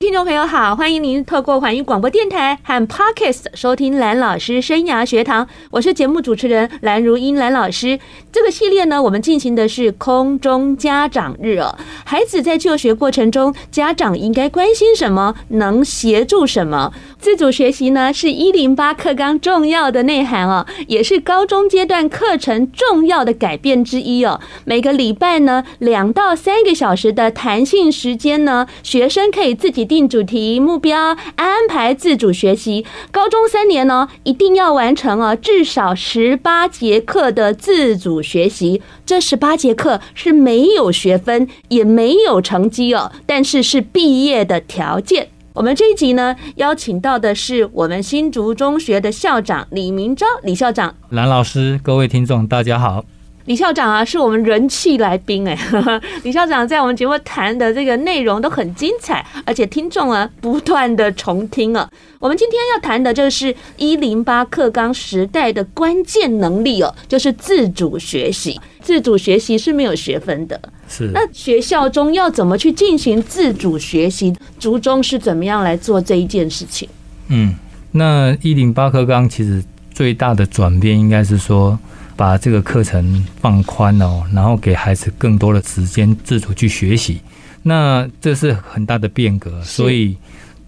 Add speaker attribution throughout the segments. Speaker 1: 听众朋友好，欢迎您透过环宇广播电台和 Podcast 收听蓝老师生涯学堂，我是节目主持人蓝如英蓝老师。这个系列呢，我们进行的是空中家长日哦。孩子在就学过程中，家长应该关心什么，能协助什么？自主学习呢，是一零八课纲重要的内涵哦，也是高中阶段课程重要的改变之一哦。每个礼拜呢，两到三个小时的弹性时间呢，学生可以自己。定主题目标，安排自主学习。高中三年呢，一定要完成哦，至少十八节课的自主学习。这十八节课是没有学分，也没有成绩哦，但是是毕业的条件。我们这一集呢，邀请到的是我们新竹中学的校长李明昭李校长。
Speaker 2: 蓝老师，各位听众，大家好。
Speaker 1: 李校长啊，是我们人气来宾哎、 欸。李校长在我们节目谈的这个内容都很精彩，而且听众啊不断的重听啊。我们今天要谈的就是一零八课纲时代的关键能力哦，就是自主学习。自主学习是没有学分的，
Speaker 2: 是。
Speaker 1: 那学校中要怎么去进行自主学习？族中是怎么样来做这一件事情？
Speaker 2: 嗯，那一零八课纲其实最大的转变应该是说。把这个课程放宽哦，然后给孩子更多的时间自主去学习，那这是很大的变革。所以，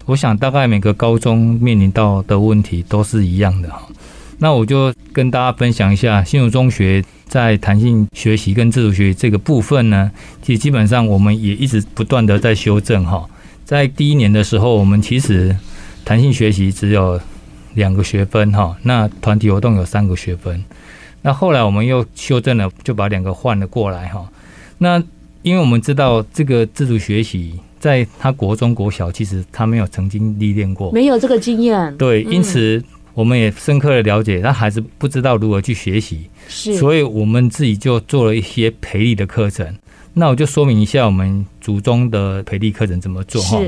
Speaker 2: 我想大概每个高中面临到的问题都是一样的哈。那我就跟大家分享一下新竹中学在弹性学习跟自主学习这个部分呢，其实基本上我们也一直不断的在修正哈。在第一年的时候，我们其实弹性学习只有两个学分哈，那团体活动有三个学分。那后来我们又修正了，就把两个换了过来哈。那因为我们知道这个自主学习，在他国中国小其实他没有曾经历练过，
Speaker 1: 没有这个经验。
Speaker 2: 对，因此我们也深刻的了解，他孩子不知道如何去学习，
Speaker 1: 是，
Speaker 2: 所以我们自己就做了一些培力的课程。那我就说明一下我们族中的培力课程怎么做哈。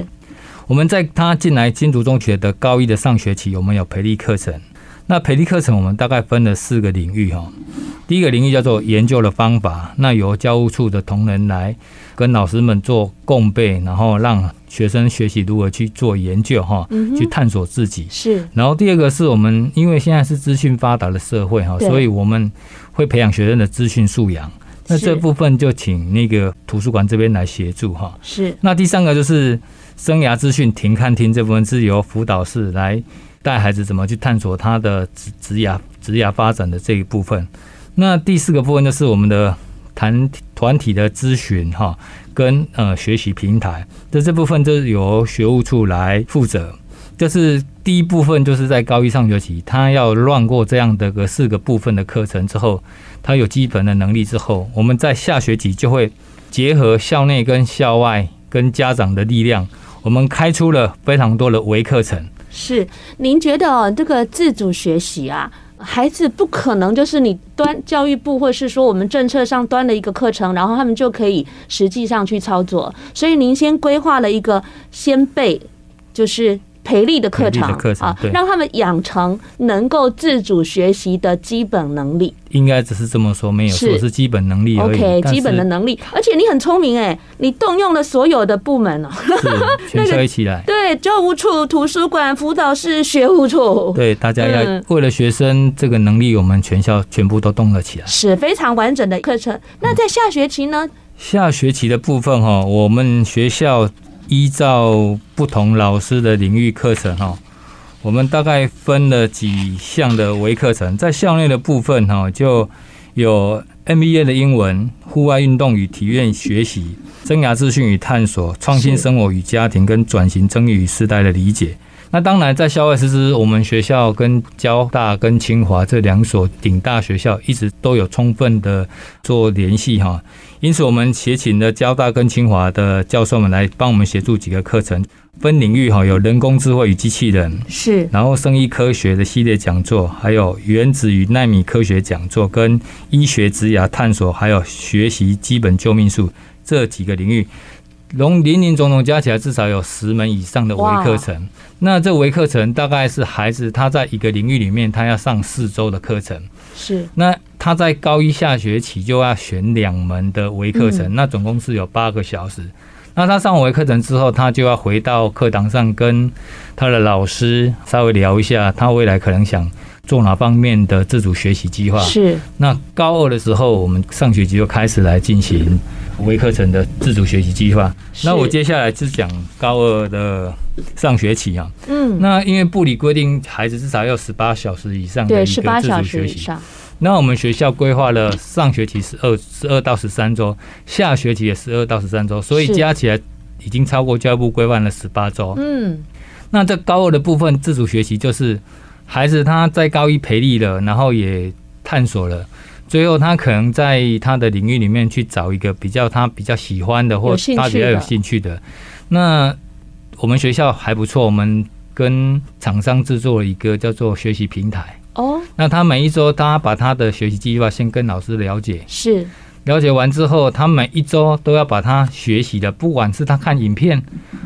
Speaker 2: 我们在他进来金竹中学的高一的上学期，我们有培力课程。那培力课程我们大概分了四个领域哈，第一个领域叫做研究的方法，那由教务处的同仁来跟老师们做共备，然后让学生学习如何去做研究哈，去探索自己。
Speaker 1: 是。
Speaker 2: 然后第二个是我们因为现在是资讯发达的社会哈，所以我们会培养学生的资讯素养。那这部分就请那个图书馆这边来协助哈。
Speaker 1: 是。
Speaker 2: 那第三个就是生涯资讯停看厅这部分是由辅导室来。带孩子怎么去探索他的职职涯职涯发展的这一部分。那第四个部分就是我们的谈团体的咨询哈，跟呃学习平台的这部分，就是由学务处来负责。就是第一部分就是在高一上学期，他要乱过这样的个四个部分的课程之后，他有基本的能力之后，我们在下学期就会结合校内跟校外跟家长的力量，我们开出了非常多的微课程。
Speaker 1: 是，您觉得哦，这个自主学习啊，孩子不可能就是你端教育部或是说我们政策上端了一个课程，然后他们就可以实际上去操作。所以您先规划了一个先备，就是培力的课程
Speaker 2: 啊，
Speaker 1: 让他们养成能够自主学习的基本能力。
Speaker 2: 应该只是这么说，没有说是基本能力而已。
Speaker 1: OK，基本的能力，而且你很聪明哎、欸，你动用了所有的部门哦、
Speaker 2: 喔， 全车一起来。
Speaker 1: 那個、对，教务处、图书馆、辅导室、学务处，
Speaker 2: 对，大家要、嗯、为了学生这个能力，我们全校全部都动了起来，
Speaker 1: 是非常完整的课程。那在下学期呢？嗯、
Speaker 2: 下学期的部分哈，我们学校依照不同老师的领域课程哈。我们大概分了几项的微课程，在校内的部分哈，就有 MBA 的英文、户外运动与体验学习、生涯资讯与探索、创新生活与家庭跟转型争议与世代的理解。那当然，在校外师资，我们学校跟交大、跟清华这两所顶大学校一直都有充分的做联系哈，因此我们协请了交大跟清华的教授们来帮我们协助几个课程。分领域哈，有人工智慧与机器人，
Speaker 1: 是，
Speaker 2: 然后生医科学的系列讲座，还有原子与纳米科学讲座，跟医学职涯探索，还有学习基本救命术这几个领域。龙林林总总加起来至少有十门以上的微课程。那这微课程大概是孩子他在一个领域里面，他要上四周的课程。
Speaker 1: 是
Speaker 2: 那他在高一下学期就要选两门的微课程，
Speaker 1: 嗯
Speaker 2: 那总共是有八个小时。那他上微课程之后，他就要回到课堂上跟他的老师稍微聊一下，他未来可能想做哪方面的自主学习计划。
Speaker 1: 是，
Speaker 2: 那高二的时候，我们上学期就开始来进行微课程的自主学习计划。
Speaker 1: 是
Speaker 2: 那我接下来是讲高二的上学期啊。
Speaker 1: 嗯，
Speaker 2: 那因为部里规定，孩子至少要十八小时以上的
Speaker 1: 对，
Speaker 2: 一
Speaker 1: 十
Speaker 2: 个
Speaker 1: 八
Speaker 2: 自
Speaker 1: 小
Speaker 2: 主学
Speaker 1: 时以
Speaker 2: 习。
Speaker 1: 上，
Speaker 2: 那我们学校规划了上学期十二十二到十三周，下学期也十二到十三周，所以
Speaker 1: 是
Speaker 2: 加起来已经超过教育部规范了十八周。
Speaker 1: 嗯，
Speaker 2: 那这高二的部分自主学习，就是孩子他在高一培力了，然后也探索了，最后他可能在他的领域里面去找一个比较他比较喜欢的，或
Speaker 1: 有兴趣的
Speaker 2: 他比较有兴趣的。那我们学校还不错，我们跟厂商制作了一个叫做学习平台。
Speaker 1: 哦，
Speaker 2: 那他每一周，他把他的学习计划先跟老师了解，
Speaker 1: 是
Speaker 2: 了解完之后，他每一周都要把他学习的，不管是他看影片，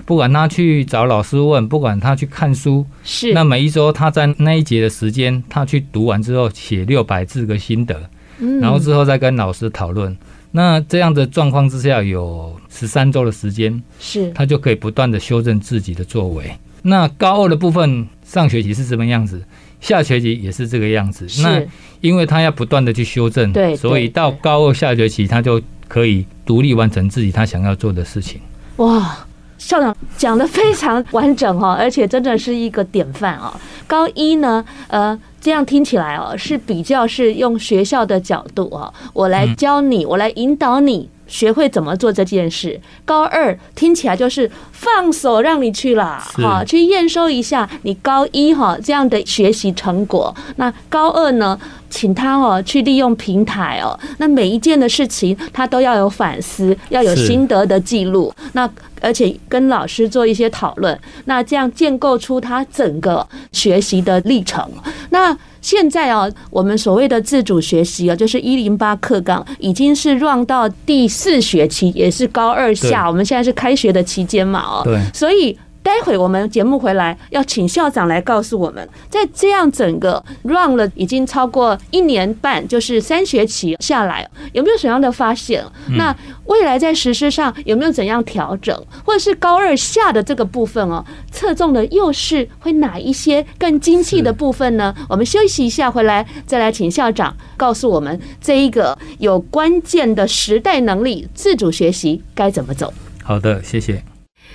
Speaker 2: 不管他去找老师问，不管他去看书，
Speaker 1: 是，
Speaker 2: 那每一周他在那一节的时间，他去读完之后写六百字的心得，
Speaker 1: 嗯
Speaker 2: 然后之后再跟老师讨论。那这样的状况之下，有十三周的时间，
Speaker 1: 是
Speaker 2: 他就可以不断的修正自己的作为。那高二的部分，上学期是什么样子，下学期也是这个样子。那
Speaker 1: 是
Speaker 2: 因为他要不断的去修正，
Speaker 1: 对
Speaker 2: 所以
Speaker 1: 对
Speaker 2: 到高二下学期他就可以独立完成自己他想要做的事情。
Speaker 1: 哇。校长讲的非常完整哦，而且真的是一个典范哦。高一呢，呃，这样听起来哦，是比较是用学校的角度哦，我来教你，我来引导你学会怎么做这件事。高二听起来就是放手让你去啦，
Speaker 2: 是
Speaker 1: 哈，去验收一下你高一哈这样的学习成果。那高二呢，请他哦去利用平台哦，那每一件的事情他都要有反思，要有
Speaker 2: 是
Speaker 1: 心得的记录。那而且跟老师做一些讨论，那这样建构出他整个学习的历程。那现在啊，我们所谓的自主学习啊，就是一零八课纲，已经是 run 到第四学期，也是高二下。
Speaker 2: 对
Speaker 1: 我们现在是开学的期间嘛，哦，
Speaker 2: 对
Speaker 1: 所以待会我们节目回来要请校长来告诉我们，在这样整个 run 了已经超过一年半，就是三学期下来，有没有什么样的发现？那未来在实施上有没有怎样调整，或者是高二下的这个部分哦，侧重的又是会哪一些更精细的部分呢？我们休息一下，回来再来请校长告诉我们这一个有关键的时代能力自主学习该怎么走。
Speaker 2: 好的，谢谢。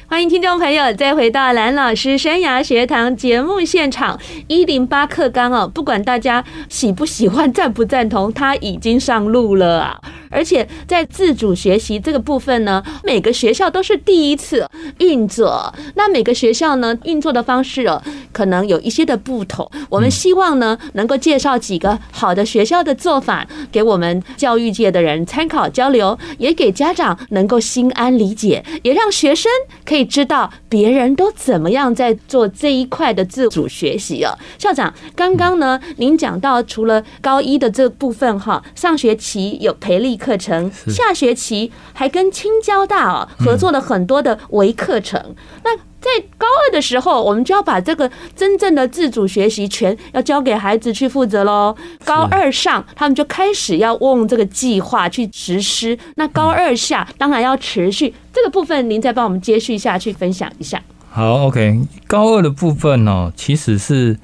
Speaker 1: 欢迎听众朋友再回到蓝老师生涯学堂节目现场。一零八课纲哦，不管大家喜不喜欢、赞不赞同，它已经上路了啊！而且在自主学习这个部分呢，每个学校都是第一次运作，那每个学校呢运作的方式哦，可能有一些的不同。我们希望呢，能够介绍几个好的学校的做法，给我们教育界的人参考交流，也给家长能够心安理解，也让学生可以知道别人都怎么样在做这一块的自主学习哦。校长，刚刚呢，您讲到除了高一的这部分哈，上学期有培力课程，
Speaker 2: 是
Speaker 1: 下学期还跟青交大哦合作了很多的微课程。那在高二的时候，我们就要把这个真正的自主学习权要交给孩子去负责喽。高二上，他们就开始要用这个计划去实施。那高二下，当然要持续这个部分，您再帮我们接续下去分享一下。
Speaker 2: 好，OK，高二的部分哦，其实是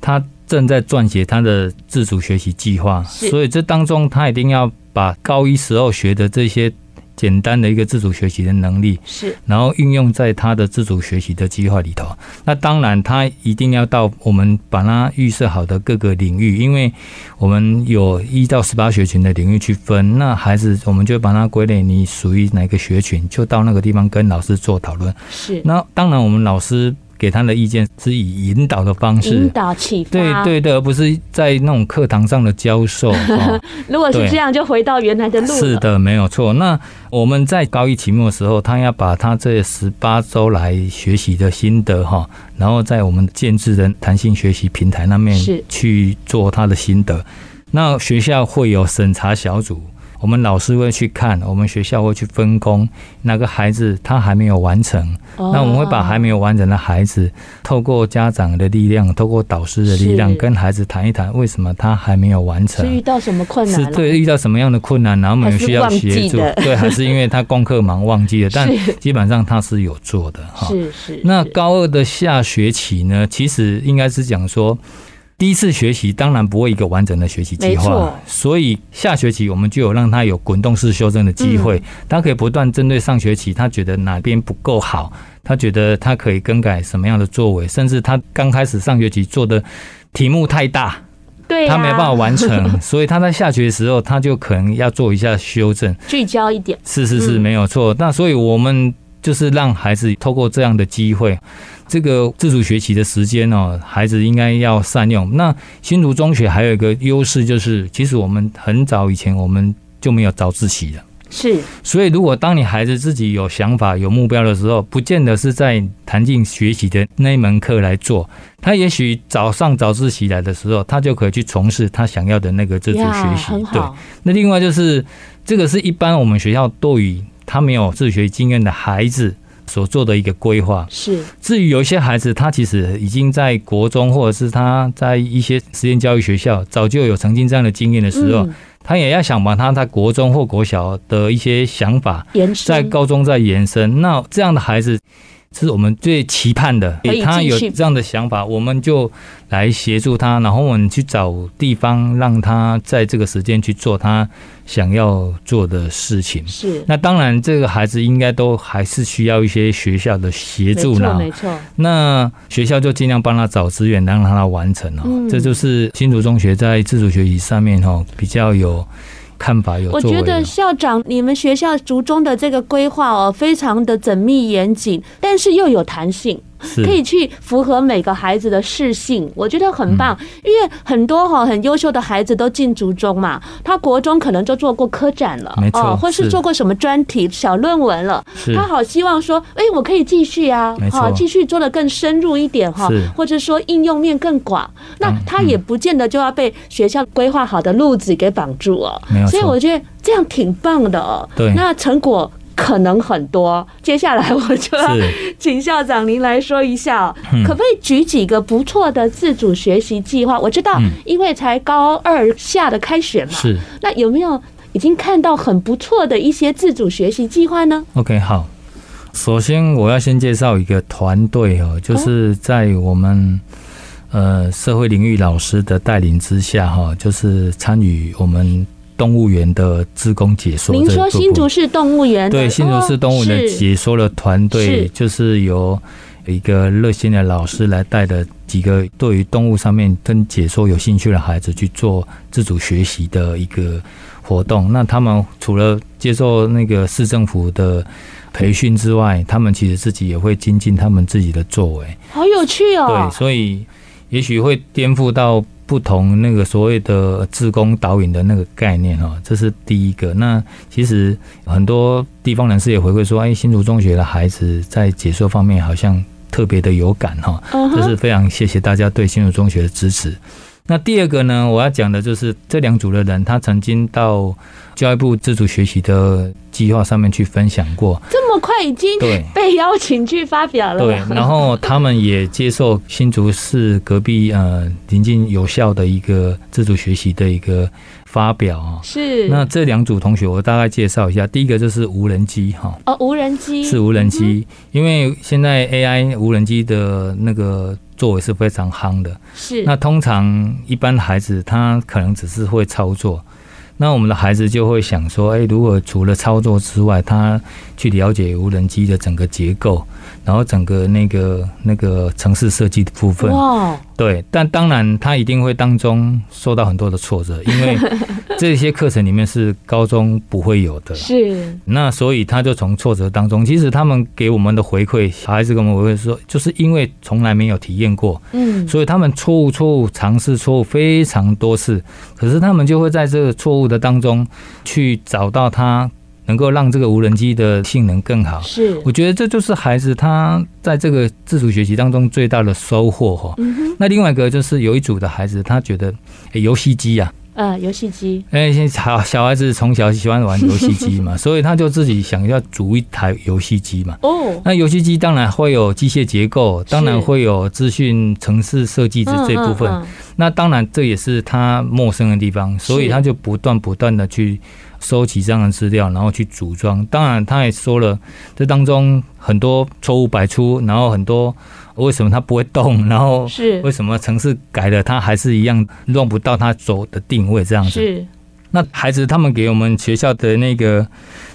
Speaker 2: 他正在撰写他的自主学习计划，
Speaker 1: 是
Speaker 2: 所以这当中他一定要把高一时候学的这些简单的一个自主学习的能力，
Speaker 1: 是
Speaker 2: 然后运用在他的自主学习的计划里头。那当然，他一定要到我们把它预设好的各个领域，因为我们有一到十八学群的领域去分。那孩子，我们就把它归类，你属于哪个学群，就到那个地方跟老师做讨论。
Speaker 1: 是，
Speaker 2: 那当然，我们老师给他的意见是以引导的 方
Speaker 1: 引
Speaker 2: 式。哦
Speaker 1: 导启发。
Speaker 2: 对对的，而不是在那种课堂上的教授。哦、
Speaker 1: 如果是
Speaker 2: 对
Speaker 1: 这样，就回到原来的路了。
Speaker 2: 是，的，没有错。那我们在高一期末的时候，他要把他这十八周来学习的心得哈，然后在我们建制的弹性学习平台那面
Speaker 1: 是
Speaker 2: 去做他的心得。那学校会有审查小组，我们老师会去看，我们学校会去分工哪个孩子他还没有完成，
Speaker 1: 哦
Speaker 2: 那我们会把还没有完成的孩子，透过家长的力量，透过导师的力量，
Speaker 1: 是
Speaker 2: 跟孩子谈一谈为什么他还没有完
Speaker 1: 是遇
Speaker 2: 成。
Speaker 1: 到什么困难
Speaker 2: 是
Speaker 1: 了？
Speaker 2: 对遇到什么样的困难，然后我们
Speaker 1: 还
Speaker 2: 有
Speaker 1: 是
Speaker 2: 需要
Speaker 1: 忘
Speaker 2: 协
Speaker 1: 记
Speaker 2: 助
Speaker 1: 的，
Speaker 2: 对，还是因为他功课忙忘记 了，但
Speaker 1: 是
Speaker 2: 基本上他是有做的哈。
Speaker 1: 是是，
Speaker 2: 那
Speaker 1: 是
Speaker 2: 高二的下学期呢，其实应该是讲说，第一次学习当然不会一个完整的学习计
Speaker 1: 没
Speaker 2: 划
Speaker 1: 错，
Speaker 2: 所以下学期我们就有让他有滚动式修正的机
Speaker 1: 嗯
Speaker 2: 会，他可以不断针对上学期他觉得哪边不够好，他觉得他可以更改什么样的作为，甚至他刚开始上学期做的题目太大，
Speaker 1: 对
Speaker 2: 他没办法
Speaker 1: 啊
Speaker 2: 完成，所以他在下学的时候他就可能要做一下修正。
Speaker 1: 聚焦一点，
Speaker 2: 是是是，
Speaker 1: 嗯
Speaker 2: 没有错。那所以我们就是让孩子透过这样的机会，这个自主学习的时间哦，孩子应该要善用。那新竹中学还有一个优势就是，其实我们很早以前我们就没有早自习了。
Speaker 1: 是
Speaker 2: 所以，如果当你孩子自己有想法、有目标的时候，不见得是在弹进学习的那一门课来做，他也许早上早自习来的时候，他就可以去从事他想要的那个自主学
Speaker 1: 呀
Speaker 2: 习。
Speaker 1: 很
Speaker 2: 对，
Speaker 1: 好，
Speaker 2: 那另外就是，这个是一般我们学校对于他没有自学经验的孩子所做的一个规划。
Speaker 1: 是
Speaker 2: 至于有一些孩子，他其实已经在国中或者是他在一些实验教育学校早就有曾经这样的经验的时候，
Speaker 1: 嗯
Speaker 2: 他也要想把他在国中或国小的一些想法
Speaker 1: 延
Speaker 2: 在
Speaker 1: 伸
Speaker 2: 高中再延伸。那这样的孩子是我们最期盼的
Speaker 1: 可以，继续
Speaker 2: 他有这样的想法，我们就来协助他，然后我们去找地方让他在这个时间去做他想要做的事情。
Speaker 1: 是
Speaker 2: 那当然，这个孩子应该都还是需要一些学校的协
Speaker 1: 没
Speaker 2: 助
Speaker 1: 错
Speaker 2: 啦。
Speaker 1: 没错，
Speaker 2: 那学校就尽量帮他找资源，让他完成哦。
Speaker 1: 嗯
Speaker 2: 这就是新竹中学在自主学习上面哦比较有看法、有
Speaker 1: 我
Speaker 2: 作
Speaker 1: 觉
Speaker 2: 为哦的
Speaker 1: 得。校长，你们学校竹中的这个规划哦，非常的缜密严谨，但是又有弹性，
Speaker 2: 是
Speaker 1: 可以去符合每个孩子的适性，我觉得很棒。
Speaker 2: 嗯
Speaker 1: 因为很多哈、很优秀的孩子都进竹中嘛，他国中可能就做过科展了，
Speaker 2: 没错
Speaker 1: 哦，或是
Speaker 2: 是
Speaker 1: 做过什么专题、小论文了，
Speaker 2: 是
Speaker 1: 他好希望说，哎、我可以继续啊
Speaker 2: 没，错
Speaker 1: 好继续做的更深入一点哈
Speaker 2: 是，嗯
Speaker 1: 或者说应用面更广。那他也不见得就要被学校规划好的路子给绑住哦
Speaker 2: 没有。错
Speaker 1: 所以我觉得这样挺棒的哦。
Speaker 2: 对
Speaker 1: 那成果可能很多。接下来我就要
Speaker 2: 是。嗯
Speaker 1: 请校长您来说一下哦、可不可以举几个不错的自主学习计划？我知道，因为才高二下的开学嘛，
Speaker 2: 嗯是
Speaker 1: 那有没有已经看到很不错的一些自主学习计划呢？
Speaker 2: OK 好。首先，我要先介绍一个团队哦，就是在我们呃社会领域老师的带领之下哈、就是参与我们动物园的志工解说这一
Speaker 1: 您
Speaker 2: 部分。
Speaker 1: 说新竹市动物园的
Speaker 2: 对新竹市动物园
Speaker 1: 哦
Speaker 2: 的
Speaker 1: 是
Speaker 2: 解说的团队，
Speaker 1: 是
Speaker 2: 就是由一个热心的老师来带的几个对于动物上面跟解说有兴趣的孩子去做自主学习的一个活动。那他们除了接受那个市政府的培训之外，他们其实自己也会精进他们自己的作为。
Speaker 1: 好有趣哦
Speaker 2: 对，！所以也许会颠覆到不同那个所谓的自工导引的那个概念哦，这是第一个。那其实很多地方人士也回馈说，哎，新竹中学的孩子在解说方面好像特别的有感哈、
Speaker 1: 嗯
Speaker 2: 这
Speaker 1: 哼，
Speaker 2: 是非常谢谢大家对新竹中学的支持。那第二个呢，我要讲的就是这两组的人，他曾经到教育部自主学习的计划上面去分享过，
Speaker 1: 这么快已经
Speaker 2: 对
Speaker 1: 被邀请去发表了，
Speaker 2: 对，然后他们也接受新竹市隔壁呃临近有校的一个自主学习的一个发表啊、
Speaker 1: 是
Speaker 2: 那这两组同学，我大概介绍一下。第一个就是无人机哈、
Speaker 1: 哦无人机
Speaker 2: 是无人机，因为现在 AI 无人机的那个作为是非常夯的。
Speaker 1: 是
Speaker 2: 那通常一般孩子他可能只是会操作，那我们的孩子就会想说，诶，如果除了操作之外，他去了解无人机的整个结构，然后整个那个那个城市设计的部分，
Speaker 1: 哇
Speaker 2: 对，但当然他一定会当中受到很多的挫折，因为这些课程里面是高中不会有的。
Speaker 1: 是
Speaker 2: 那所以他就从挫折当中，其实他们给我们的回馈，小孩子给我们回馈说，就是因为从来没有体验过，
Speaker 1: 嗯
Speaker 2: 所以他们错误、错误尝试、错误非常多次，可是他们就会在这个错误的当中去找到它能够让这个无人机的性能更好。
Speaker 1: 是
Speaker 2: 我觉得这就是孩子他在这个自主学习当中最大的收获哈。
Speaker 1: 嗯哼
Speaker 2: 那另外一个就是有一组的孩子，他觉得诶游戏机啊，
Speaker 1: 呃，游戏机，
Speaker 2: 因为现在小小孩子从小喜欢玩游戏机 嘛，所以他就自己想要组一台游戏机嘛。
Speaker 1: 哦，
Speaker 2: 那游戏机当然会有机械结构，当然会有资讯、城市设计这这部分。
Speaker 1: 嗯嗯嗯
Speaker 2: 那当然这也是他陌生的地方，所以他就不断不断的去收集这样的资料，然后去组装。当然他也说了，这当中很多错误百出，然后很多为什么它不会动，然后
Speaker 1: 是
Speaker 2: 为什么城市改了它还是一样弄不到它走的定位这样子。
Speaker 1: 是，
Speaker 2: 那孩子他们给我们学校的那个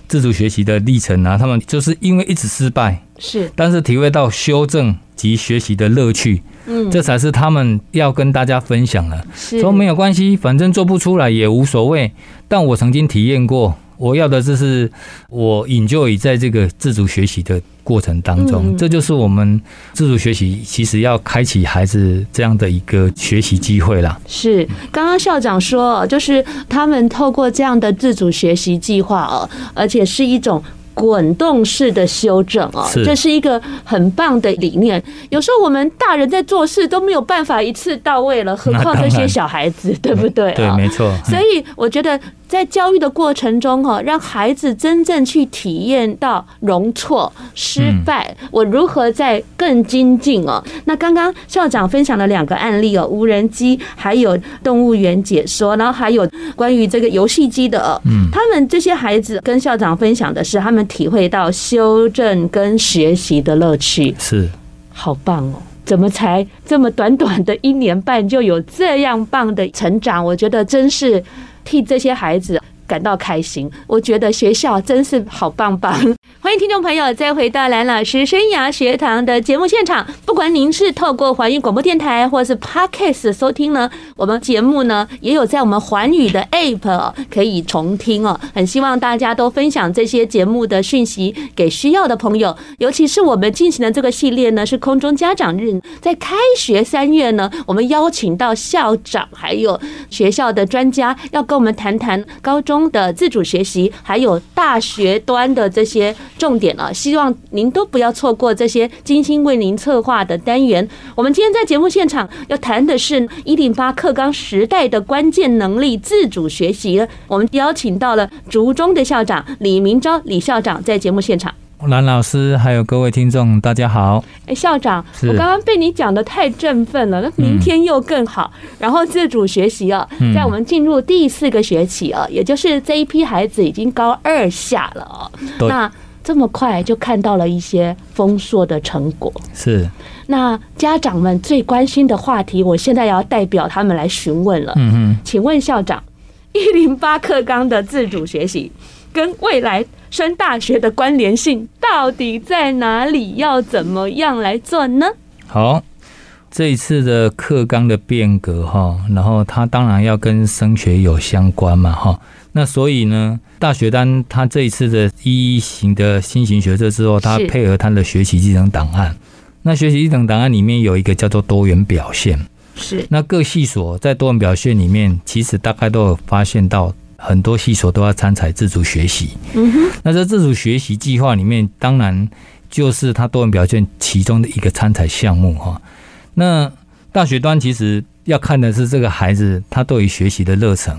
Speaker 2: 自主学习的历程啊，他们就是因为一直失败，
Speaker 1: 是，
Speaker 2: 但是体会到修正及学习的乐趣，
Speaker 1: 嗯，
Speaker 2: 这才是他们要跟大家分享的。
Speaker 1: 是
Speaker 2: 说没有关系，反正做不出来也无所谓。但我曾经体验过，我要的就是我 enjoy 在这个自主学习的过程当中，
Speaker 1: 嗯
Speaker 2: 这就是我们自主学习其实要开启孩子这样的一个学习机会啦。
Speaker 1: 是，刚刚校长说，就是他们透过这样的自主学习计划哦，而且是一种。滚动式的修正哦，
Speaker 2: 是
Speaker 1: 这是一个很棒的理念。有时候我们大人在做事都没有办法一次到位了，何
Speaker 2: 那
Speaker 1: 况
Speaker 2: 当
Speaker 1: 这些
Speaker 2: 然
Speaker 1: 小孩子，对不对
Speaker 2: 对
Speaker 1: 啊，？
Speaker 2: 没错。
Speaker 1: 所以我觉得在教育的过程中、哦，哈，让孩子真正去体验到容错、失败，我如何在更精进哦。那刚刚校长分享了两个案例哦，无人机还有动物园解说，然后还有关于这个游戏机的、哦，嗯，他们这些孩子跟校长分享的是，他们体会到修正跟学习的乐趣。
Speaker 2: 是，
Speaker 1: 好棒哦！怎么才这么短短的一年半就有这样棒的成长？我觉得真是替这些孩子感到开心。我觉得学校真是好棒棒。欢迎听众朋友再回到蓝老师生涯学堂的节目现场。不管您是透过环宇广播电台或是 Podcast 收听呢，我们节目呢也有在我们环宇的 App 哦可以重听哦。很希望大家都分享这些节目的讯息给需要的朋友，尤其是我们进行的这个系列呢是空中家长日，在开学三月呢，我们邀请到校长还有学校的专家，要跟我们谈谈高中的自主学习，还有大学端的这些重点啊。希望您都不要错过这些精心为您策划的单元。我们今天在节目现场要谈的是一零八课纲时代的关键能力——自主学习。我们邀请到了竹中的校长李明昭李校长在节目现场。
Speaker 2: 蓝老师还有各位听众，大家好。
Speaker 1: 哎，校长，
Speaker 2: 是嗯
Speaker 1: 我刚刚被你讲的太振奋了，那明天又更好。然后自主学习啊，在我们进入第四个学期啊，也就是这一批孩子已经高二下了哦。
Speaker 2: 对
Speaker 1: 那这么快就看到了一些丰硕的成果。
Speaker 2: 是，
Speaker 1: 那家长们最关心的话题，我现在也要代表他们来询问了。
Speaker 2: 嗯嗯，
Speaker 1: 请问校长， 一零八课纲的自主学习跟未来升大学的关联性到底在哪里？要怎么样来做呢？
Speaker 2: 好。这一次的课纲的变革哈，然后它当然要跟升学有相关嘛哈。那所以呢，大学单它这一次的一一型的新型学测之后，它
Speaker 1: 是
Speaker 2: 配合它的学习技能档案。那学习技能档案里面有一个叫做多元表现。
Speaker 1: 是
Speaker 2: 那各系所在多元表现里面，其实大概都有发现到很多系所都要参采自主学习。
Speaker 1: 嗯哼，
Speaker 2: 那在自主学习计划里面，当然就是它多元表现其中的一个参采项目哈。那大学端其实要看的是这个孩子他对于学习的热忱。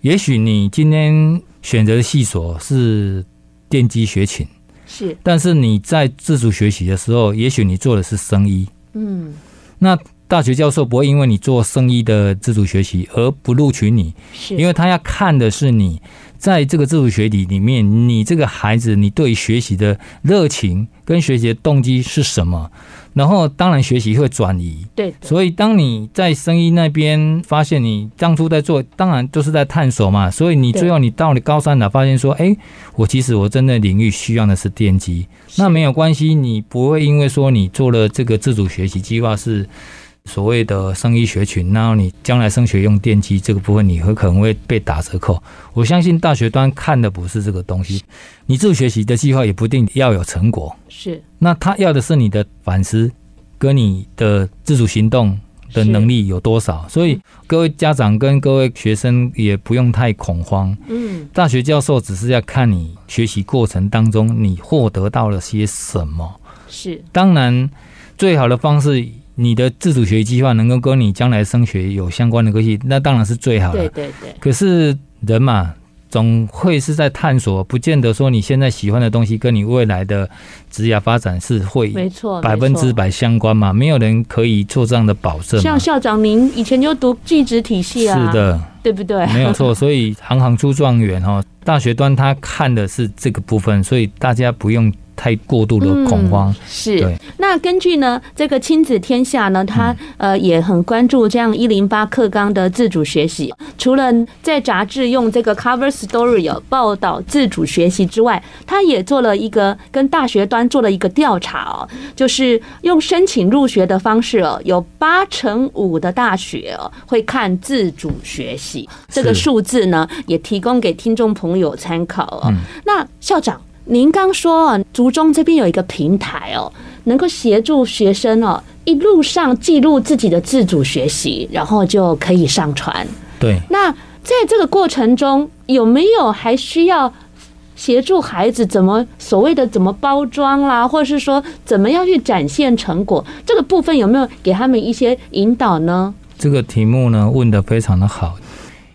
Speaker 2: 也许你今天选择的系所是电机学琴，
Speaker 1: 是，
Speaker 2: 但是你在自主学习的时候，也许你做的是生医。
Speaker 1: 嗯，
Speaker 2: 那大学教授不会因为你做生医的自主学习而不录取你，
Speaker 1: 是，
Speaker 2: 因
Speaker 1: 为
Speaker 2: 为他要看的是你在这个自主学习里面，你这个孩子你对学习的热情跟学习的动机是什么，然后当然学习会转移。
Speaker 1: 对，
Speaker 2: 所以，当你在生意那边发现你当初在做，当然就是在探索嘛。所以你
Speaker 1: 对
Speaker 2: 最后你到了高三了，发现说，诶，我其实我真的领域需要的是电机。那没有关系，你不会因为说你做了这个自主学习计划是所谓的生医学群，然后你将来升学用电机这个部分，你会可能会被打折扣。我相信大学端看的不是这个东西，你自主学习的计划也不一定要有成果。
Speaker 1: 是
Speaker 2: 那他要的是你的反思跟你的自主行动的能力有多少。所以各位家长跟各位学生也不用太恐慌，
Speaker 1: 嗯，
Speaker 2: 大学教授只是要看你学习过程当中你获得到了些什么。
Speaker 1: 是
Speaker 2: 当然，最好的方式。你的自主学习计划能够跟你将来升学有相关的关系，那当然是最好
Speaker 1: 对
Speaker 2: 的。
Speaker 1: 对对，
Speaker 2: 可是人嘛，总会是在探索，不见得说你现在喜欢的东西跟你未来的职业发展是会
Speaker 1: 没错，
Speaker 2: 百分之
Speaker 1: 没错。
Speaker 2: 百相关嘛，没有人可以做这样的保证嘛。
Speaker 1: 像校长您以前就读技职体系啊，
Speaker 2: 是，的，
Speaker 1: 对不对？
Speaker 2: 没有错。所以行行出状元哦，大学端他看的是这个部分，所以大家不用太过度的恐慌。
Speaker 1: 是
Speaker 2: 对，嗯
Speaker 1: 那根据呢这个亲子天下呢，他、呃也很关注这样一零八课纲的自主学习。除了在杂志用这个 cover story 有报道自主学习之外，他也做了一个跟大学端做了一个调查哦，就是用申请入学的方式哦，有八成五的大学哦会看自主学习这个
Speaker 2: 是
Speaker 1: 数字呢，也提供给听众朋友参考哦。那校长，您刚说啊竹中这边有一个平台哦，能够协助学生哦，一路上记录自己的自主学习，然后就可以上传。
Speaker 2: 对，
Speaker 1: 那在这个过程中，有没有还需要协助孩子怎么所谓的怎么包装啦，或者是说怎么样去展现成果？这个部分有没有给他们一些引导呢？
Speaker 2: 这个题目呢问得非常的好。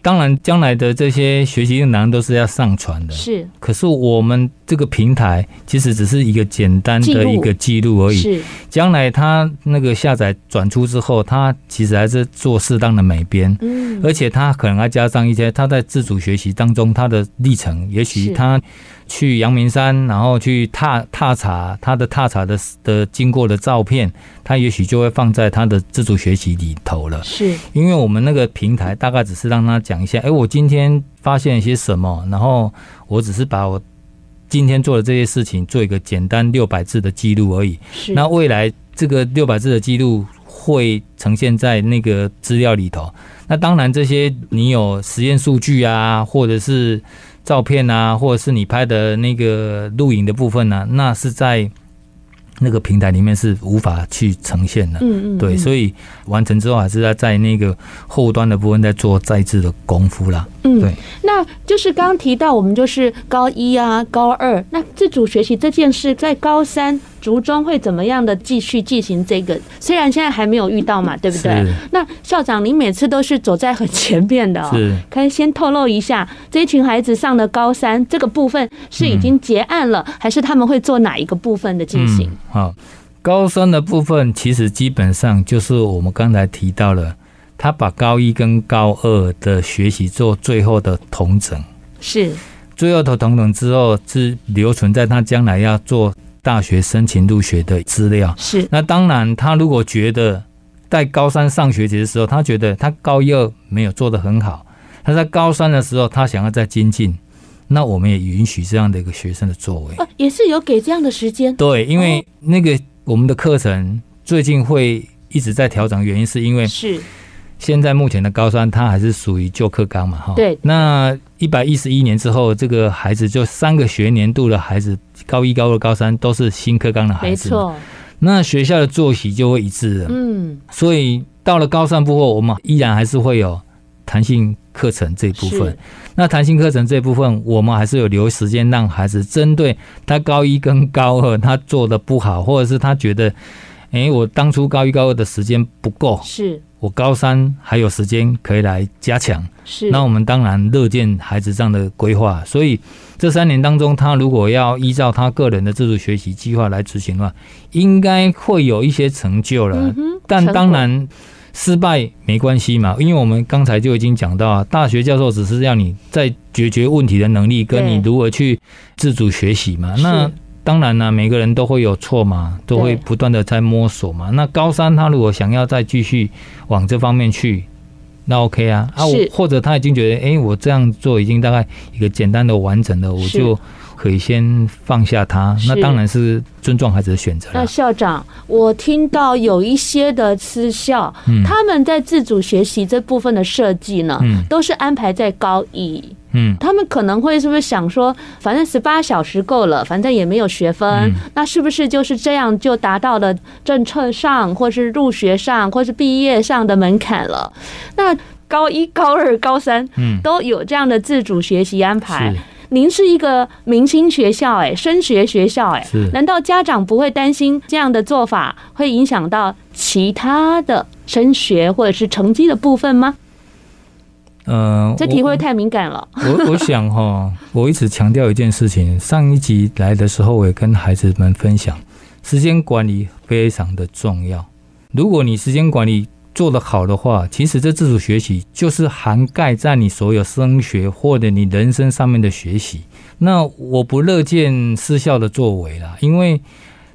Speaker 2: 当然，将来的这些学习内容都是要上传的。
Speaker 1: 是
Speaker 2: 可是我们这个平台其实只是一个简单
Speaker 1: 记
Speaker 2: 的
Speaker 1: 录
Speaker 2: 一个记录而已，
Speaker 1: 是，
Speaker 2: 将来它那个下载转出之后，它其实还是做适当的美编，
Speaker 1: 嗯，
Speaker 2: 而且它可能还加上一些他在自主学习当中他的历程，也
Speaker 1: 是
Speaker 2: 许他去阳明山，然后去踏踏查他的踏查的的经过的照片，他也许就会放在他的自主学习里头了。
Speaker 1: 是
Speaker 2: 因为我们那个平台大概只是让他讲一下，哎，我今天发现一些什么，然后我只是把我今天做的这些事情做一个简单六百字的记录而已。
Speaker 1: 是，
Speaker 2: 那未来这个六百字的记录会呈现在那个资料里头。那当然，这些你有实验数据啊，或者是照片啊，或者是你拍的那个录影的部分呢、那是在那个平台里面是无法去呈现的。
Speaker 1: 嗯嗯，
Speaker 2: 对，
Speaker 1: 嗯
Speaker 2: 所以完成之后还是要在那个后端的部分再做再制的功夫啦。
Speaker 1: 嗯，
Speaker 2: 对，
Speaker 1: 那就是刚刚提到，我们就是高一啊、高二，那自主学习这件事，在高三、竹中会怎么样的继续进行这个？虽然现在还没有遇到嘛，对不对
Speaker 2: 是？
Speaker 1: 那校长，您每次都是走在很前面的、哦，
Speaker 2: 是
Speaker 1: 可以先透露一下，这一群孩子上的高三这个部分是已经结案了，还是他们会做哪一个部分的进行？
Speaker 2: 嗯、好，高三的部分其实基本上就是我们刚才提到了，他把高一跟高二的学习做最后的统整，
Speaker 1: 是
Speaker 2: 最后的统整之后是留存在他将来要做大学申请入学的资料。
Speaker 1: 是，
Speaker 2: 那当然，他如果觉得在高三上学期的时候，他觉得他高一二没有做得很好，他在高三的时候，他想要再精进，那我们也允许这样的一个学生的作为。
Speaker 1: 呃，也是有给这样的时间，
Speaker 2: 对，因
Speaker 1: 哦
Speaker 2: 为那个我们的课程最近会一直在调整，原因是因为
Speaker 1: 是
Speaker 2: 现在目前的高三它还是属于旧课纲嘛，哈。
Speaker 1: 对
Speaker 2: 那一百一十一年之后，这个孩子就三个学年度的孩子，高一、高二、高三都是新课纲的孩
Speaker 1: 没
Speaker 2: 子嘛，
Speaker 1: 错，
Speaker 2: 那学校的作息就会一致了。
Speaker 1: 嗯，
Speaker 2: 所以到了高三部后，我们依然还是会有弹性课程这一部分
Speaker 1: 是。
Speaker 2: 那弹性课程这一部分，我们还是有留时间让孩子针对他高一跟高二他做的不好，或者是他觉得，诶，我当初高一高二的时间不够，
Speaker 1: 是
Speaker 2: 我高三还有时间可以来加强。
Speaker 1: 是，
Speaker 2: 那我们当然乐见孩子这样的规划，所以这三年当中，他如果要依照他个人的自主学习计划来执行的话，应该会有一些成就了。
Speaker 1: 嗯哼
Speaker 2: 但
Speaker 1: 成
Speaker 2: 当
Speaker 1: 果
Speaker 2: 然失败没关系嘛，因为我们刚才就已经讲到啊，大学教授只是要你在解决问题的能力跟
Speaker 1: 对
Speaker 2: 你如何去自主学习嘛。
Speaker 1: 是
Speaker 2: 那当然啦、每个人都会有错嘛，都会
Speaker 1: 对
Speaker 2: 不断的在摸索嘛。那高三他如果想要再继续往这方面去。那 OK 啊，啊，我
Speaker 1: 是
Speaker 2: 或者他已经觉得，哎、我这样做已经大概一个简单的、完整的，我
Speaker 1: 是
Speaker 2: 就可以先放下他。那
Speaker 1: 是
Speaker 2: 当然是尊重孩子的选择
Speaker 1: 那
Speaker 2: 啦。
Speaker 1: 校长，我听到有一些的私校，
Speaker 2: 嗯
Speaker 1: 他们在自主学习这部分的设计呢，
Speaker 2: 嗯
Speaker 1: 都是安排在高一。
Speaker 2: 嗯，
Speaker 1: 他们可能会是不是想说，反正十八小时够了，反正也没有学分，
Speaker 2: 嗯
Speaker 1: 那是不是就是这样就达到了政策上，或是入学上，或是毕业上的门槛了？那高一、高二、高三，
Speaker 2: 嗯
Speaker 1: 都有这样的自主学习安排
Speaker 2: 是。
Speaker 1: 您是一个明星学校、哎，升学学校、哎，
Speaker 2: 是
Speaker 1: 难道家长不会担心这样的做法会影响到其他的升学或者是成绩的部分吗？
Speaker 2: 嗯、呃，
Speaker 1: 这题会不会太敏感了？
Speaker 2: 我我想哈，我一直强调一件事情，上一集来的时候，我也跟孩子们分享，时间管理非常的重要。如果你时间管理做得好的话，其实这自主学习就是涵盖在你所有升学或者你人生上面的学习。那我不乐见私校的作为啦，因为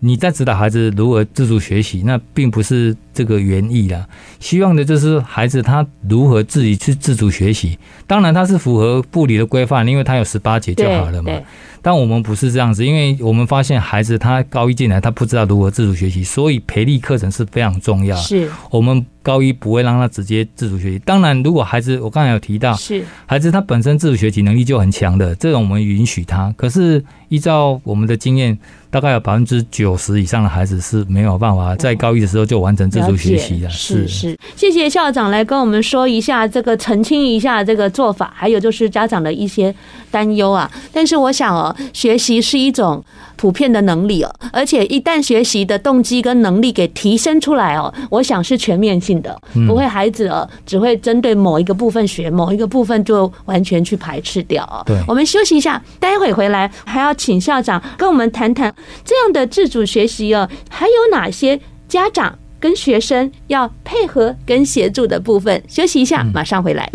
Speaker 2: 你在指导孩子如何自主学习，那并不是这个原意啦。希望的就是孩子他如何自己去自主学习。当然，他是符合部里的规范，因为他有十八节就好了嘛
Speaker 1: 对。对
Speaker 2: 但我们不是这样子，因为我们发现孩子他高一进来，他不知道如何自主学习，所以培力课程是非常重要。
Speaker 1: 是
Speaker 2: 我们高一不会让他直接自主学习。当然，如果孩子我刚才有提到，
Speaker 1: 是
Speaker 2: 孩子他本身自主学习能力就很强的，这种我们允许他。可是依照我们的经验，大概有百分之九十以上的孩子是没有办法在高一的时候就完成自主学习
Speaker 1: 了
Speaker 2: 啊的。
Speaker 1: 解是是，谢谢校长来跟我们说一下这个澄清一下这个做法，还有就是家长的一些担忧啊。但是我想哦，学习是一种普遍的能力哦，而且一旦学习的动机跟能力给提升出来哦，我想是全面性的，
Speaker 2: 嗯
Speaker 1: 不会孩子哦只会针对某一个部分学，某一个部分就完全去排斥掉、哦。
Speaker 2: 对
Speaker 1: 我们休息一下，待会回来还要请校长跟我们谈谈这样的自主学习哦，还有哪些家长跟学生要配合跟协助的部分？休息一下，马上回来。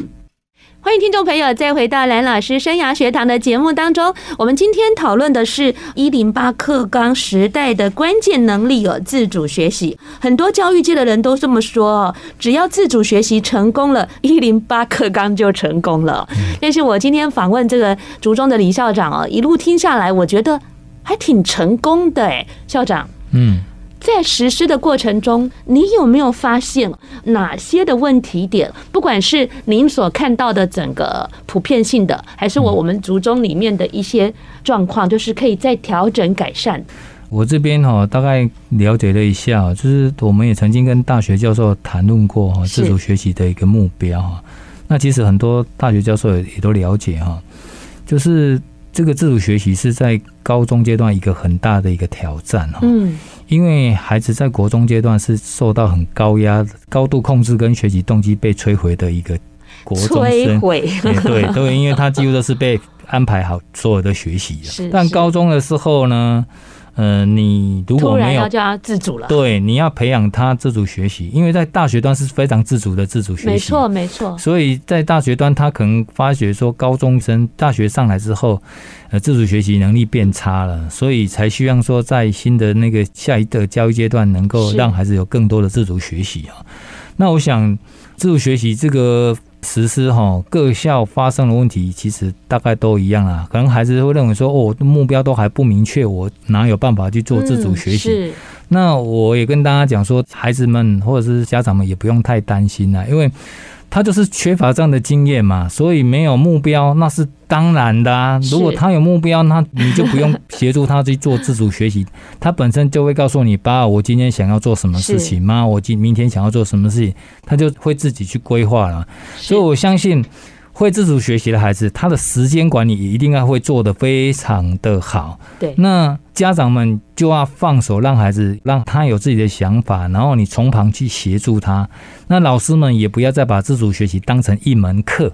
Speaker 1: 欢迎听众朋友再回到蓝老师生涯学堂的节目当中。我们今天讨论的是一零八课纲时代的关键能力哦，自主学习。很多教育界的人都这么说哦，只要自主学习成功了，一零八课纲就成功了。但是我今天访问这个竹中的李校长哦，一路听下来，我觉得还挺成功的哎，校长。
Speaker 2: 嗯。
Speaker 1: 在实施的过程中，你有没有发现哪些的问题点？不管是您所看到的整个普遍性的，还是我我们族中里面的一些状况，就是可以再调整改善。
Speaker 2: 我这边哈、大概了解了一下哦，就是我们也曾经跟大学教授谈论过哈、
Speaker 1: 是
Speaker 2: 自主学习的一个目标哈、那其实很多大学教授也也都了解哈、就是这个自主学习是在高中阶段一个很大的一个挑战哈、
Speaker 1: 嗯，
Speaker 2: 因为孩子在国中阶段是受到很高压、高度控制跟学习动机被摧毁的一个国中
Speaker 1: 摧
Speaker 2: 生，
Speaker 1: 毁
Speaker 2: 对哎对对，因为他几乎都是被安排好所有的学习
Speaker 1: 是
Speaker 2: 的。但
Speaker 1: 是
Speaker 2: 高中的时候呢，呃，你如
Speaker 1: 突
Speaker 2: 果
Speaker 1: 然
Speaker 2: 没有
Speaker 1: 要叫他自主了。
Speaker 2: 对，你要培养他自主学习，因为在大学端是非常自主的自主学习，
Speaker 1: 没错，没错，
Speaker 2: 所以在大学端，他可能发觉说，高中生大学上来之后，呃，自主学习能力变差了，所以才希望说，在新的那个下一个教育阶段，能够
Speaker 1: 是
Speaker 2: 让孩子有更多的自主学习啊。那我想，自主学习这个实施哈、各校发生的问题其实大概都一样啦。可能孩子会认为说，哦，我的目标都还不明确，我哪有办法去做自主学
Speaker 1: 嗯
Speaker 2: 习？
Speaker 1: 是
Speaker 2: 那我也跟大家讲说，孩子们或者是家长们也不用太担心啦，因为他就是缺乏这样的经验嘛，所以没有目标那是当然的啊。
Speaker 1: 是
Speaker 2: 如果他有目标，那你就不用协助他去做自主学习，他本身就会告诉你：爸，我今天想要做什么事情，妈，我今明天想要做什么事情，他就会自己去规划了。
Speaker 1: 是
Speaker 2: 所以我相信。会自主学习的孩子，他的时间管理也一定要会做得非常的好。
Speaker 1: 对，
Speaker 2: 那家长们就要放手，让孩子让他有自己的想法，然后你从旁去协助他。那老师们也不要再把自主学习当成一 门课，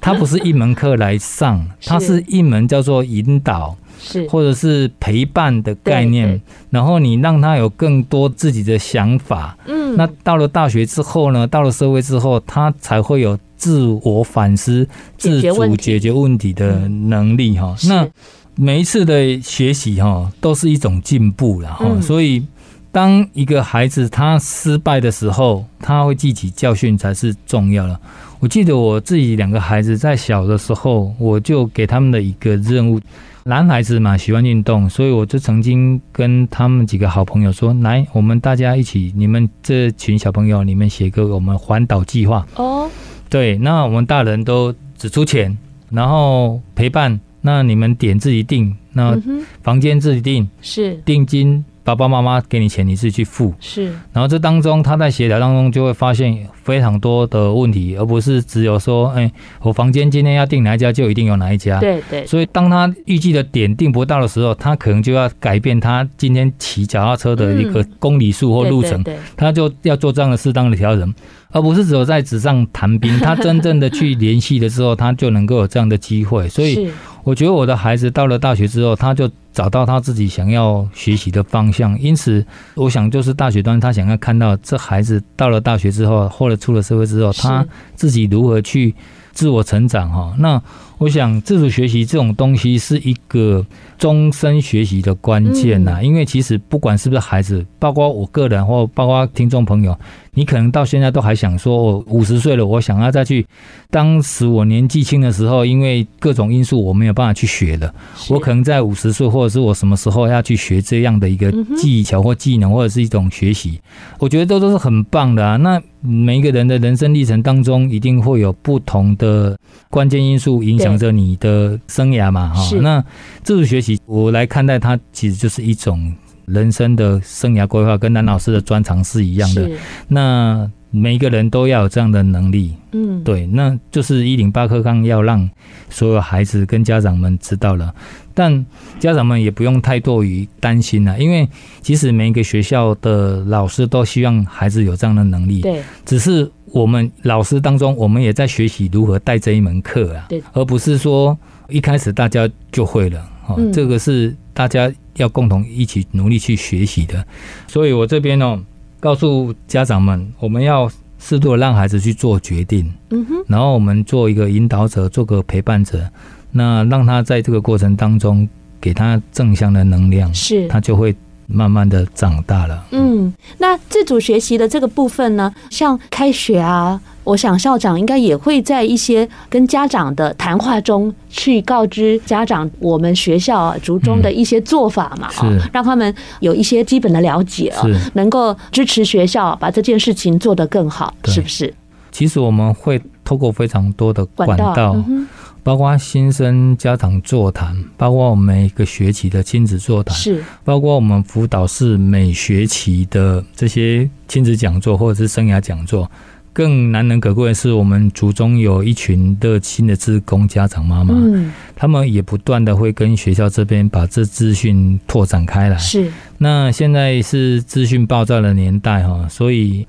Speaker 2: 它不是一门课来上，它是一门叫做引导
Speaker 1: 是
Speaker 2: 或者是陪伴的概
Speaker 1: 对
Speaker 2: 念
Speaker 1: 对。
Speaker 2: 然后你让他有更多自己的想法。
Speaker 1: 嗯，
Speaker 2: 那到了大学之后呢？到了社会之后，他才会有自我反思、
Speaker 1: 解
Speaker 2: 自
Speaker 1: 决问
Speaker 2: 主
Speaker 1: 题嗯
Speaker 2: 解决问题的能力哈。
Speaker 1: 是
Speaker 2: 那每一次的学习哈，都是一种进步了哈。
Speaker 1: 嗯
Speaker 2: 所以，当一个孩子他失败的时候，他会记起教训才是重要的。我记得我自己两个孩子在小的时候，我就给他们的一个任务。男孩子嘛，喜欢运动，所以我就曾经跟他们几个好朋友说：“来，我们大家一起，你们这群小朋友，你们写个我们环岛计划。
Speaker 1: 哦，
Speaker 2: 对，那我们大人都只出钱，然后陪伴。那你们点自己定，那
Speaker 1: 嗯哼，
Speaker 2: 房间自己定，
Speaker 1: 是
Speaker 2: 定金爸爸妈妈给你钱，你自己去付。
Speaker 1: 是
Speaker 2: 然后这当中，他在协调当中就会发现非常多的问题，而不是只有说，哎，我房间今天要订哪一家就一定有哪一家。
Speaker 1: 对对，
Speaker 2: 啊所以，当他预计的点定不到的时候，他可能就要改变他今天骑脚踏车的一个公里数或
Speaker 1: 对嗯
Speaker 2: 路
Speaker 1: 对
Speaker 2: 程，
Speaker 1: 对
Speaker 2: 他就要做这样的适当的调整，而不是只有在纸上谈兵。他真正的去联系的时候，他就能够有这样的机会。所以，
Speaker 1: 是
Speaker 2: 我觉得我的孩子到了大学之后，他就找到他自己想要学习的方向。因此，我想就是大学端他想要看到这孩子到了大学之后，或者出了社会之后，
Speaker 1: 是
Speaker 2: 他自己如何去自我成长哈。那我想自主学习这种东西是一个终身学习的关键呐、因为其实不管是不是孩子，包括我个人或包括听众朋友，你可能到现在都还想说，我五十岁了，我想要再去当时我年纪轻的时候，因为各种因素我没有办法去学的，
Speaker 1: 是
Speaker 2: 我可能在五十岁或者是我什么时候要去学这样的一个
Speaker 1: 嗯哼
Speaker 2: 技巧或技能或者是一种学习，我觉得这都是很棒的啊。那每一个人的人生历程当中，一定会有不同的关键因素影响着你的生涯嘛，哈
Speaker 1: 是。
Speaker 2: 那自主学习，我来看待它，其实就是一种人生的生涯规划，跟蓝老师的专长是一样的。
Speaker 1: 是
Speaker 2: 那每一个人都要有这样的能力，
Speaker 1: 嗯，
Speaker 2: 对，那就是一零八课纲要让所有孩子跟家长们知道了，但家长们也不用太过于担心了，因为其实每一个学校的老师都希望孩子有这样的能力，
Speaker 1: 对
Speaker 2: 只是我们老师当中，我们也在学习如何带这一门课啊
Speaker 1: 对，
Speaker 2: 而不是说一开始大家就会了。哦，
Speaker 1: 嗯
Speaker 2: 这个是大家要共同一起努力去学习的。所以我这边哦，告诉家长们，我们要适度的让孩子去做决定，
Speaker 1: 嗯哼，
Speaker 2: 然后我们做一个引导者，做个陪伴者，那让他在这个过程当中给他正向的能量，
Speaker 1: 是
Speaker 2: 他就会慢慢的长大了。
Speaker 1: 嗯，那自主学习的这个部分呢，像开学啊，我想校长应该也会在一些跟家长的谈话中去告知家长我们学校啊族中的一些做法嘛，啊、
Speaker 2: 嗯是
Speaker 1: 让他们有一些基本的了解啊、
Speaker 2: 是
Speaker 1: 能够支持学校把这件事情做得更好，
Speaker 2: 对
Speaker 1: 是不是？
Speaker 2: 其实我们会透过非常多的管道，
Speaker 1: 嗯哼
Speaker 2: 包括新生家长座谈，包括我们每个学期的亲子座谈，
Speaker 1: 是
Speaker 2: 包括我们辅导室每学期的这些亲子讲座或者是生涯讲座。更难能可贵的是，我们族中有一群热心的职工家长妈妈，
Speaker 1: 嗯
Speaker 2: 他们也不断的会跟学校这边把这资讯拓展开来。
Speaker 1: 是
Speaker 2: 那现在是资讯爆炸的年代哈，所以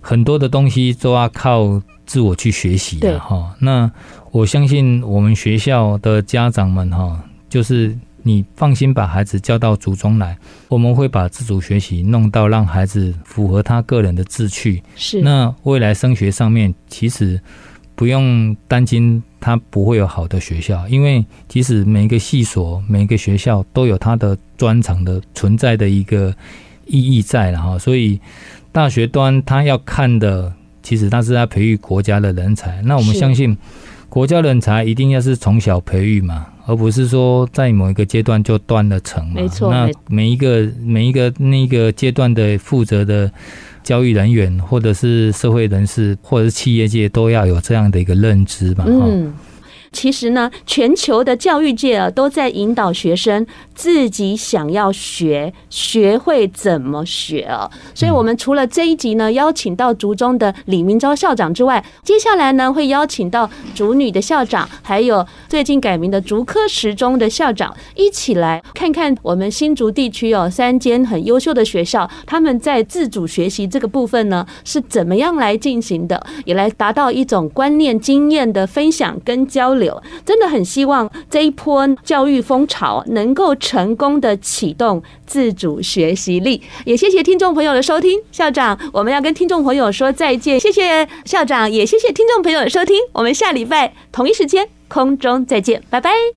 Speaker 2: 很多的东西都要靠自我去学习
Speaker 1: 对
Speaker 2: 的哈。那我相信我们学校的家长们哈，就是你放心把孩子叫到组中来，我们会把自主学习弄到让孩子符合他个人的志趣。
Speaker 1: 是
Speaker 2: 那未来升学上面，其实不用担心他不会有好的学校，因为其实每一个系所、每一个学校都有它的专长的存在的一个意义在了哈。所以大学端他要看的，其实他是在培育国家的人才。那我们
Speaker 1: 是
Speaker 2: 相信，国家人才一定要是从小培育嘛。而不是说在某一个阶段就断了层嘛，
Speaker 1: 没错
Speaker 2: 那
Speaker 1: 没
Speaker 2: 每一个每一个那个阶段的负责的教育人员，或者是社会人士，或者是企业界，都要有这样的一个认知嘛。哈、
Speaker 1: 嗯，其实呢，全球的教育界啊，都在引导学生自己想要学，学会怎么学啊。所以，我们除了这一集呢，邀请到竹中的李明昭校长之外，接下来呢，会邀请到竹女的校长，还有最近改名的竹科十中的校长，一起来看看我们新竹地区有三间很优秀的学校，他们在自主学习这个部分呢是怎么样来进行的，也来达到一种观念经验的分享跟交流。真的很希望这一波教育风潮能够成功的启动自主学习力。也谢谢听众朋友的收听，校长，我们要跟听众朋友说再见。谢谢校长，也谢谢听众朋友的收听，我们下礼拜同一时间空中再见，拜拜。